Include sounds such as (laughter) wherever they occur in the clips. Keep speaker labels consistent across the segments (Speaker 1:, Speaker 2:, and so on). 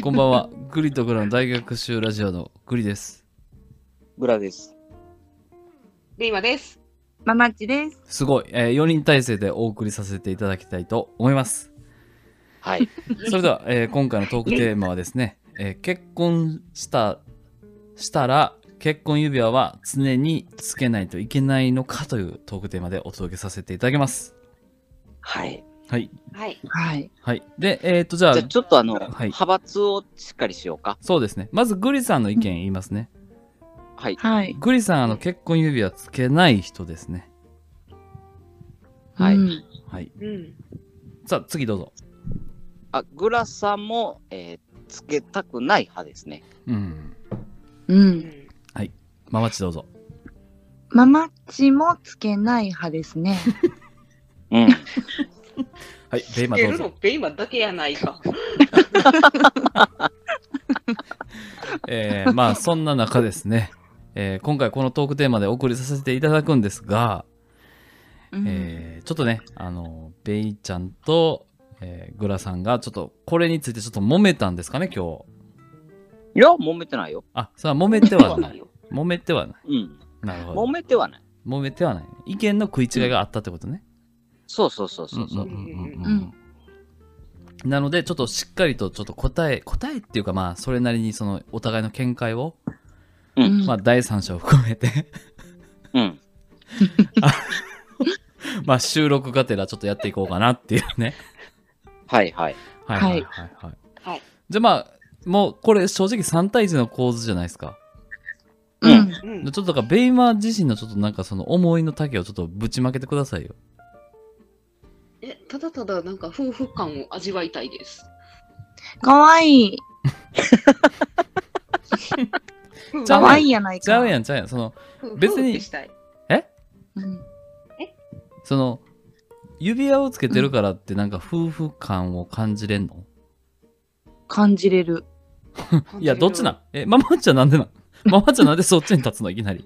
Speaker 1: こんばんは。グリとグラの大学習ラジオのグリです。
Speaker 2: グラです。
Speaker 3: リーマです。
Speaker 4: ママッチです。
Speaker 1: すごい、えー、4人体制でお送りさせていただきたいと思います。
Speaker 2: はい。
Speaker 1: それでは、えー今回のトークテーマはですね、えー結婚した、したら結婚指輪は常につけないといけないのかというトークテーマでお届けさせていただきます。
Speaker 2: はい。
Speaker 1: はい。
Speaker 3: はい。
Speaker 4: はい。
Speaker 1: はい。で、えっ、と、じゃあ
Speaker 2: じゃあ、ちょっとあの、
Speaker 1: はい
Speaker 2: 派閥をしっかりしようか。
Speaker 1: そうですね。まずグリさんの意見言いますね。
Speaker 2: はい。
Speaker 4: はい。
Speaker 1: グリさん、あの、結婚指輪つけない人ですね。
Speaker 2: はい
Speaker 4: うん
Speaker 1: はい。
Speaker 3: うん。
Speaker 1: さあ、次どうぞ。
Speaker 2: あ、グラさんも、えーつけたくない派ですね。
Speaker 1: うん。
Speaker 4: う。
Speaker 3: うんん。
Speaker 1: ママチどうぞ。
Speaker 4: ママッチもつけない派で
Speaker 1: (laughs)
Speaker 4: すね。
Speaker 2: うん。
Speaker 1: はい、ベイマ
Speaker 3: 出
Speaker 1: どう
Speaker 3: るの
Speaker 1: ぞ
Speaker 3: っ。て今だけやないか。
Speaker 1: えー、まあそんな中ですね、えー今回このトークテーマでお送りさせていただくんですが、えーちょっとね、あの、ベイちゃんと、えーグラさんがちょっとこれについてちょっと揉めたんですかね、今日。
Speaker 2: いや、揉めてないよ。
Speaker 1: あ、さあ揉めてはない。揉めてはない。
Speaker 2: うん。
Speaker 1: なるほど
Speaker 2: 揉。めてはない。
Speaker 1: 揉めてはない。意見の食い違いがあったってことね。
Speaker 2: そうそうそうそう。う
Speaker 1: うんうんうんうんうんなので、ちょっとしっかりとちょっと答え、答えっていうかまあ、それなりにそのお互いの見解を、
Speaker 4: うん
Speaker 1: まあ、第三者を含めて、
Speaker 2: うん。
Speaker 1: (laughs) まあ、収録がてらちょっとやっていこうかなっていう (laughs) ね。
Speaker 2: はいはい。
Speaker 1: はいは
Speaker 4: はいい
Speaker 1: はい、はい。
Speaker 3: はい。
Speaker 1: じゃあまあ、もうこれ正直3対1の構図じゃないですか。
Speaker 4: う
Speaker 2: うん
Speaker 4: ん。
Speaker 3: う
Speaker 1: ち
Speaker 3: ん
Speaker 1: ょっ。とだからベイマー自身のちょっとなんかその思いの丈をちょっとぶちまけてくださいよ。
Speaker 3: え、ただただなんか夫婦感を味わいたいです。
Speaker 4: かわいい。
Speaker 1: ちゃうや
Speaker 4: か
Speaker 1: ん
Speaker 4: わいいやないか。
Speaker 1: ちゃうやんちゃうやん。その、
Speaker 3: 夫婦
Speaker 1: 別に
Speaker 3: でしたい
Speaker 4: うん。
Speaker 1: その、指輪をつけてるからってなんか夫婦感を感じれんの、
Speaker 4: 感じれる。
Speaker 1: いや、どっちなんえ、ママちゃんなんで (laughs) なんママちゃんなんでそっちに立つのいきなり。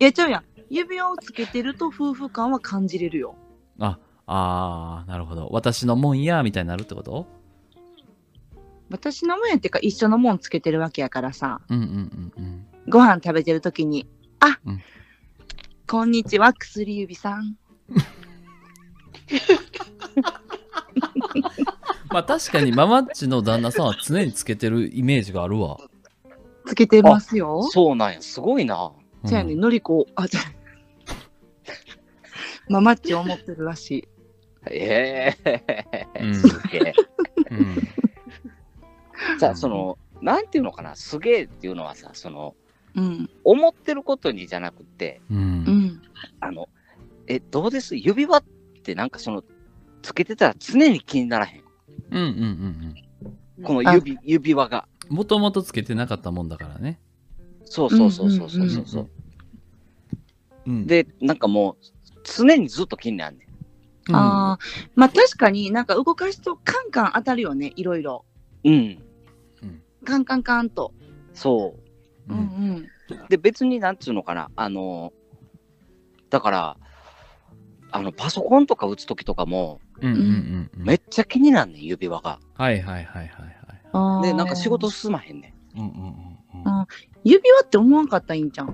Speaker 4: いや、ちゃうやん。指輪をつけてると夫婦感は感じれるよ。
Speaker 1: あ、あー、なるほど。私のもんや、みたいになるってこと
Speaker 4: 私のもんやってか一緒のもんつけてるわけやからさ。
Speaker 1: うんうんうんうん。
Speaker 4: ご飯食べてるときに、あ、
Speaker 1: うん
Speaker 4: こんにちは、薬指さん。
Speaker 1: まあ確かにママッチの旦那さんは常につけてるイメージがあるわ。
Speaker 4: つけてますよ。
Speaker 2: そうなんや。すごいな。
Speaker 1: うん
Speaker 4: じゃあね、のりこ、あ、じゃあ (laughs) ママッチ思ってるらしい。
Speaker 2: ええ
Speaker 1: うん
Speaker 2: すげ (laughs) え。
Speaker 1: うん
Speaker 2: さあ、その、なんていうのかな。すげえっていうのはさ、その、
Speaker 4: うん。
Speaker 2: 思ってることにじゃなくて、
Speaker 1: う。
Speaker 4: うんん。
Speaker 2: あの、え、どうです指輪ってなんかその、つけてたら常に気にならへん。
Speaker 1: うんうんうんうん。
Speaker 2: この指指輪が。
Speaker 1: もともとつけてなかったもんだからね。
Speaker 2: そうそうそうそうそうそうそう、
Speaker 1: うん、
Speaker 2: で、なんかもう、常にずっと気になるねん。
Speaker 1: うん、
Speaker 4: ああ、まあ確かになんか動かすとカンカン当たるよね、いろいろ。
Speaker 2: うん、
Speaker 4: カンカンカンと。
Speaker 2: そ
Speaker 1: うん
Speaker 4: うん
Speaker 2: う。で、別になんつうのかな、あの、だから、あの、パソコンとか打つときとかも、
Speaker 1: うんうんうん。
Speaker 2: めっちゃ気になんねん、指輪が。
Speaker 1: はいはいはいはいはい。
Speaker 4: うん。
Speaker 2: で、なんか仕事進まへんね
Speaker 1: うんうんうん
Speaker 4: うん指輪って思わんかったらいいんじゃん。
Speaker 2: ん。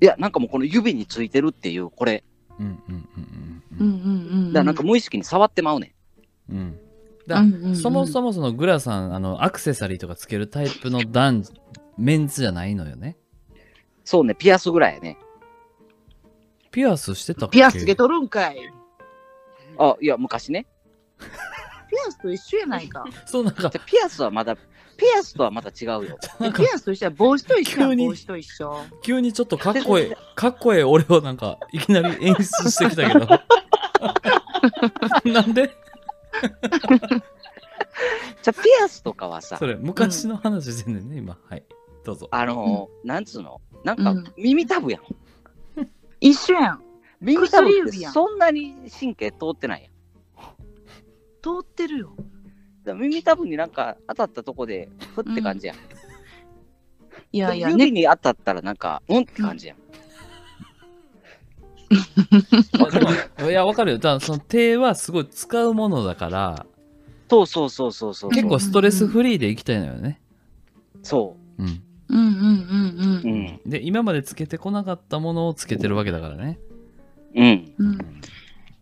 Speaker 2: いや、なんかもうこの指についてるっていう、これ、
Speaker 1: うんうんうんう
Speaker 4: う
Speaker 1: ん
Speaker 4: うんんうん。
Speaker 2: だからなんか無意識に触ってまうね
Speaker 1: うんうん。
Speaker 4: うんうんうん、
Speaker 1: そもそもそのグラさん、あの、アクセサリーとかつけるタイプの男女、メンツじゃないのよね。
Speaker 2: ん。そうね、ピアスぐらいやね。
Speaker 1: ピアスしてたっけ
Speaker 4: ピアスつけとるんかい。
Speaker 2: あ、いや、昔ね。
Speaker 4: ピアスと一緒やないか。
Speaker 1: そうなんか
Speaker 2: じ、ゃピアスはまだ、ピアスとはまた違うよ。
Speaker 1: なんか
Speaker 4: ピアスと一緒や、帽子と一緒
Speaker 1: 急
Speaker 4: や、
Speaker 1: に
Speaker 4: 帽子と一緒。
Speaker 1: 急にちょっとかっこええ、かっこええ俺をなんか、いきなり演出してきたけど。なんで
Speaker 2: じゃピアスとかはさ
Speaker 1: そ、れ、昔の話してんねんね、今。はい。どうぞ。
Speaker 2: あのー、なんつうのなんか
Speaker 4: うん
Speaker 2: 耳たぶやん。
Speaker 4: 一緒やん。
Speaker 2: 耳たぶっ
Speaker 4: 薬
Speaker 2: て
Speaker 4: 指やん
Speaker 2: そんなに神経通ってないやん。
Speaker 4: 通ってるよ。
Speaker 2: だから耳たぶになんか当たったとこで、ふって感じやん。
Speaker 4: いやいや、
Speaker 2: で
Speaker 4: ね、
Speaker 2: 指に当たったらなんか、うんって感じやん。わかるわ
Speaker 1: いや、わかるよ。ただ、その手はすごい使うものだから、
Speaker 2: そうそうそうそうそう。
Speaker 1: 結構ストレスフリーで行きたいのよね。
Speaker 2: そ
Speaker 1: うん。
Speaker 4: うんうん
Speaker 2: う。
Speaker 4: う
Speaker 2: うんん。
Speaker 1: で、今までつけてこなかったものをつけてるわけだからね。
Speaker 2: うん。
Speaker 4: うん。うん、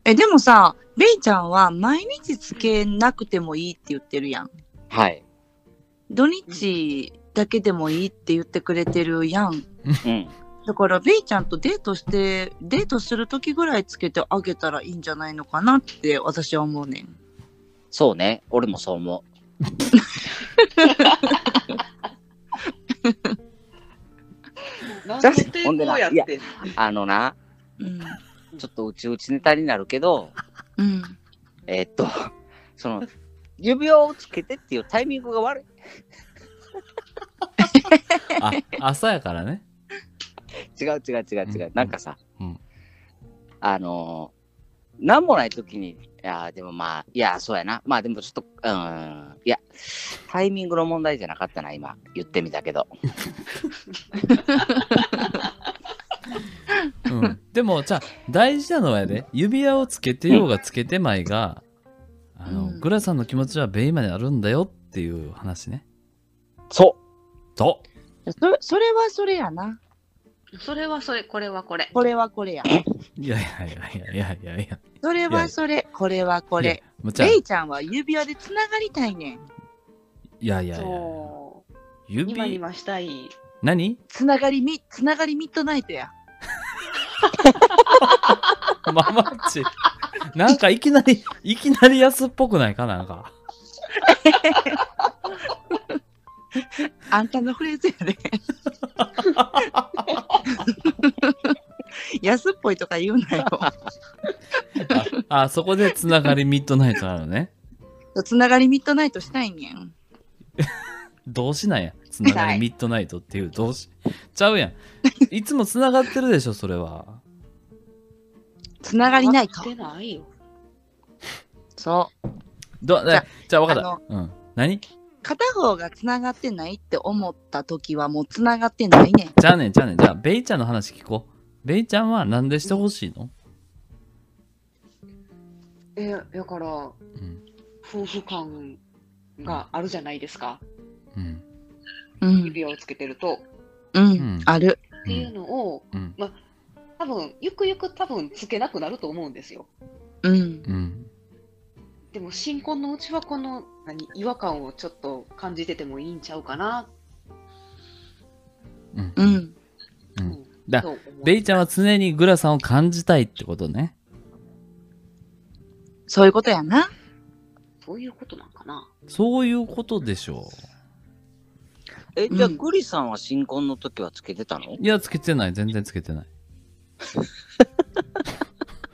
Speaker 4: え、でもさ、ベイちゃんは毎日つけなくてもいいって言ってるやん。
Speaker 2: はい。
Speaker 4: 土日だけでもいいって言ってくれてるやん。
Speaker 2: うん。
Speaker 4: だから、ベイちゃんとデートして、デートするときぐらいつけてあげたらいいんじゃないのかなって私は思うねん。
Speaker 2: そうね。俺もそう思
Speaker 3: 何
Speaker 2: じゃあ
Speaker 3: の
Speaker 2: ほん
Speaker 3: 抵
Speaker 2: で
Speaker 3: 抗
Speaker 2: な
Speaker 3: やって。
Speaker 2: う。あのな、
Speaker 4: うん。
Speaker 2: ちょっとうちうちネタになるけど、
Speaker 4: うん。
Speaker 2: えっと、その、指輪をつけてっていうタイミングが悪い。
Speaker 1: あ、朝やからね。
Speaker 2: 違う違う違う違
Speaker 1: う。
Speaker 2: うんなんかさ
Speaker 1: うん、
Speaker 2: あのー、なんもないときに、いや、でもまあ、いや、そうやな。まあでもちょっと、うーん、いや、タイミングの問題じゃなかったな、今、言ってみたけど。
Speaker 1: うん。でも、じゃあ、大事なのはやで、指輪をつけてようがつけてまいが、あの、
Speaker 4: うん
Speaker 1: グラさんの気持ちはベイまであるんだよっていう話ね。
Speaker 2: そ
Speaker 1: と。
Speaker 4: それそれはそれやな。
Speaker 3: それはそれ、これはこれ。
Speaker 4: これはこれや。
Speaker 1: いやいやいやいやいやいやいや。
Speaker 4: それはそれ、これはこ
Speaker 1: こ
Speaker 4: れ。。
Speaker 1: むちゃん。
Speaker 4: ベ
Speaker 1: い
Speaker 4: イちゃんは指輪でつながりたいねん。
Speaker 1: やいやいや。
Speaker 3: そう。ニマニ
Speaker 1: 指、
Speaker 3: マしたい。
Speaker 1: 何 (laughs)
Speaker 4: つながりみ、つながりミッドナイトや。
Speaker 1: ママッチ。なんかいきなり、 (laughs) いきなり安っぽくないかなんか。
Speaker 4: あんたのフレーズやで。安っぽいとか言う (laughs) なよ。
Speaker 1: あ、 (laughs) あそこでつながりミッドナイトなのね。
Speaker 4: つながりミッドナイトしたいねん。
Speaker 1: 動詞なんや。つながりミッドナイトっていう動詞。ちゃうやん。いつもつながってるでしょ、それは。
Speaker 4: つながりないと
Speaker 3: 合。ってないよ。
Speaker 4: そ
Speaker 1: ど
Speaker 4: じゃあ
Speaker 1: じゃあ分かった。うん。何じ
Speaker 4: う。片方がつながってないって思った時はもうつながってないねん。
Speaker 1: ゃあねん、じゃあねん。じゃあ、ベイちゃんの話聞こう。ベイちゃんはなんでしてほしいの
Speaker 3: え、だから、
Speaker 1: うん。
Speaker 3: 夫婦感があるじゃないですか。
Speaker 1: うん。
Speaker 4: うん。
Speaker 3: 指輪をつけてると。
Speaker 1: う
Speaker 4: う
Speaker 1: ん
Speaker 4: ん。ある。
Speaker 3: っていうのを、
Speaker 1: うん。
Speaker 3: 多分、ゆくゆく多分つけなくなると思うんですよ。
Speaker 4: うん。
Speaker 1: うん。
Speaker 3: でも、新婚のうちはこの、何、違和感をちょっと感じててもいいんちゃうかな、
Speaker 1: うん。
Speaker 4: うん。
Speaker 1: だ
Speaker 3: と思う。
Speaker 1: ベイちゃんは常にグラさんを感じたいってことね。
Speaker 4: そういうことやな。
Speaker 3: そういうことなんかな。
Speaker 1: そういうことでしょ
Speaker 2: う。え、
Speaker 4: うん
Speaker 2: じゃあ、グリさんは新婚の時はつけてたの
Speaker 1: う。いや、つけてない。全然つけてない。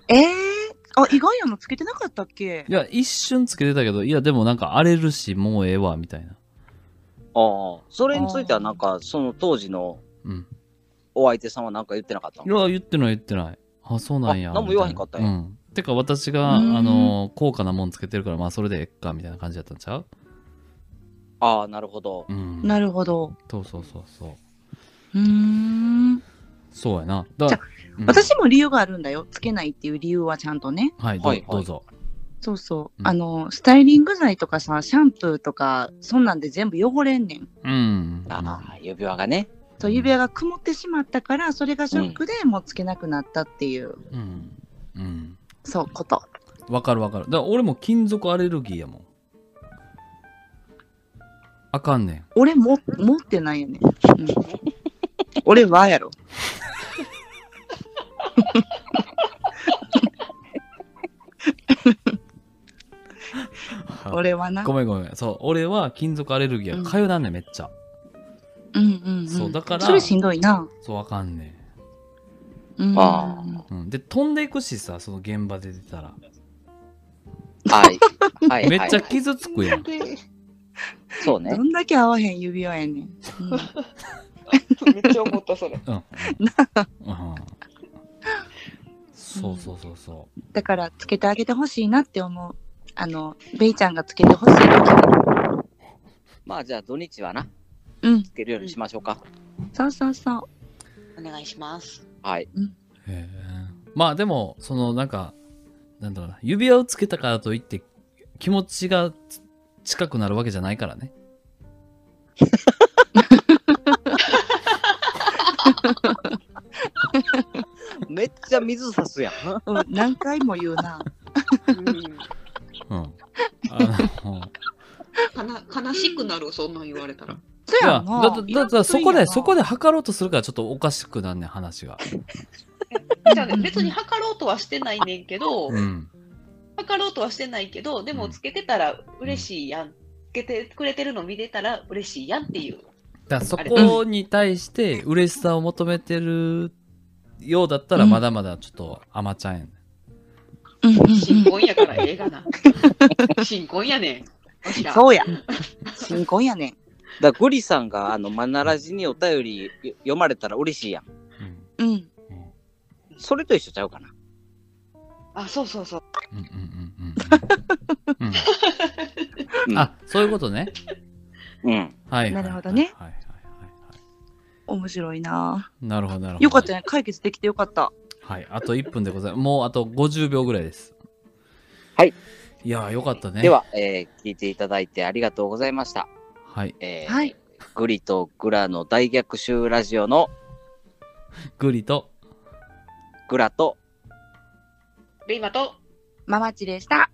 Speaker 4: ええあ、意外やのつけてなかったっけ
Speaker 1: いや、一瞬つけてたけど、いや、でもなんか荒れるし、もうええわ、みたいな。
Speaker 2: ああ、それについてはなんか、その当時の
Speaker 1: うん。
Speaker 2: お相手さんはなんか言ってなかった
Speaker 1: い
Speaker 2: の
Speaker 1: や、言ってない言ってない。あ、そうなんや。
Speaker 2: あ何も言わへんかったん
Speaker 1: よ。
Speaker 2: や
Speaker 1: うん。てか、私が、あ
Speaker 4: うん
Speaker 1: の、高価なもんつけてるから、まあ、それでえっか、みたいな感じだったんちゃう
Speaker 2: ああ、なるほど。
Speaker 1: うん。
Speaker 4: なるほど。
Speaker 1: そうそうそうそう。
Speaker 4: うーん。
Speaker 1: そうやな。だ
Speaker 4: じゃ
Speaker 1: うん
Speaker 4: 私も理由があるんだよ。つけないっていう理由はちゃんとね。
Speaker 1: はい、ど,、
Speaker 2: はいはい
Speaker 1: どうぞ。
Speaker 4: そうそう。
Speaker 1: うん
Speaker 4: あの、スタイリング剤とかさ、シャンプーとか、そんなんで全部汚れんねん。
Speaker 1: うん。
Speaker 2: ああ、指輪が
Speaker 4: (laughs)
Speaker 2: ね。
Speaker 4: そう指輪が曇ってしまったから、それがショックでもうつけなくなったっていう、
Speaker 1: うん。うん。
Speaker 4: そう、こと。
Speaker 1: わかるわかる。だから、俺も金属アレルギーやもん。あかんねん。
Speaker 4: 俺も、持ってないよね。うん、俺は
Speaker 1: (laughs)
Speaker 4: やろ。俺はな。
Speaker 1: ごめんごめん。そう、俺は金属アレルギーや。かゆなんねん、めっちゃ。
Speaker 4: うんうん、うん。
Speaker 1: そうだから
Speaker 4: それしんどいな。
Speaker 1: そう、わかんねん。
Speaker 4: うん。
Speaker 2: あ
Speaker 1: うん、で飛んでいくしさその現場で出たら
Speaker 2: はい。はい。
Speaker 1: めっち
Speaker 2: は
Speaker 1: ゃ
Speaker 2: い
Speaker 1: 傷つくやん
Speaker 3: で、めっ
Speaker 2: そうね
Speaker 4: ど。んだけ合わへん指輪やねん。うん
Speaker 3: ちゃ思った、それ。
Speaker 1: うん、うんうん、そうそうそうそ
Speaker 4: だからつけてあげてほしいなって思う。あの、ベイちゃんがつけてほしい時。
Speaker 2: まあ、じゃあ、土日はな、
Speaker 4: うん、
Speaker 2: つけるようにしましょうか。
Speaker 4: そうそうそう。
Speaker 3: お願いします。
Speaker 2: はい。
Speaker 1: うへえまあでもそのなんかなんだろうな指輪をつけたからといって気持ちがつ近くなるわけじゃないからね。
Speaker 2: めっちゃ水差すやん。
Speaker 4: うん、何回も言う
Speaker 1: (laughs)
Speaker 4: な。
Speaker 3: うん
Speaker 1: うん。あの、
Speaker 3: かな (laughs) 悲しくなる、そんなん言われたら。
Speaker 4: そ
Speaker 1: い
Speaker 4: や
Speaker 1: や、
Speaker 4: な。
Speaker 1: だだだだそこ
Speaker 4: いや
Speaker 1: で、
Speaker 4: な
Speaker 1: そこで測ろうとするからちょっとおかしくなんねん話が。
Speaker 3: じゃあね、別に測ろうとはしてないねんけど、
Speaker 1: うん。
Speaker 3: 測ろうとはしてないけど、でもつけてたら嬉しいやん。つけてくれてるの見てたら嬉しいやんっていう。
Speaker 1: だからそこに対して嬉しさを求めてるようだったら
Speaker 4: うん
Speaker 1: まだまだちょっと甘ちゃんやねん。
Speaker 4: うんうん
Speaker 3: 新
Speaker 4: う
Speaker 3: 婚やから映画な。 (laughs) 新婚やねん。わし
Speaker 4: ん
Speaker 3: ら
Speaker 4: (laughs) そうや。
Speaker 1: (laughs)
Speaker 4: 新婚やねん。
Speaker 2: だからゴリさんがあのマナラジにお便りよ読まれたら嬉しいやん。
Speaker 1: うん
Speaker 4: うん。
Speaker 2: それと一緒ちゃうかな。
Speaker 3: あ、そうそうそう。
Speaker 1: うんうんうんうんうん
Speaker 2: う
Speaker 1: うんん。あ、そういうことね。
Speaker 2: うん。
Speaker 1: はい。
Speaker 4: なるほどね
Speaker 1: はいはいはいはい。
Speaker 4: 面白いな。
Speaker 1: なるほどなるほど。
Speaker 4: よかったね。解決できてよかった。
Speaker 1: はい、あと1分でございます。もうあと50秒ぐらいです。
Speaker 2: はい。
Speaker 1: いやー、よかったね。
Speaker 2: で。は、えー聞いていただいてありがとうございました。
Speaker 1: はい。
Speaker 2: えー
Speaker 4: はい。
Speaker 2: グリとグラの大逆襲ラジオの
Speaker 1: グリと、
Speaker 2: グラと
Speaker 3: で、今と、
Speaker 4: ママチでした。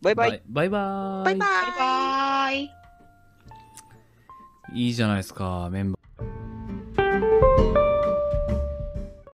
Speaker 2: バイバイ。
Speaker 1: バイバイ。
Speaker 4: バイバ
Speaker 3: バイ
Speaker 4: イ。
Speaker 3: バーイ。
Speaker 1: いいじゃないですか、メンバー。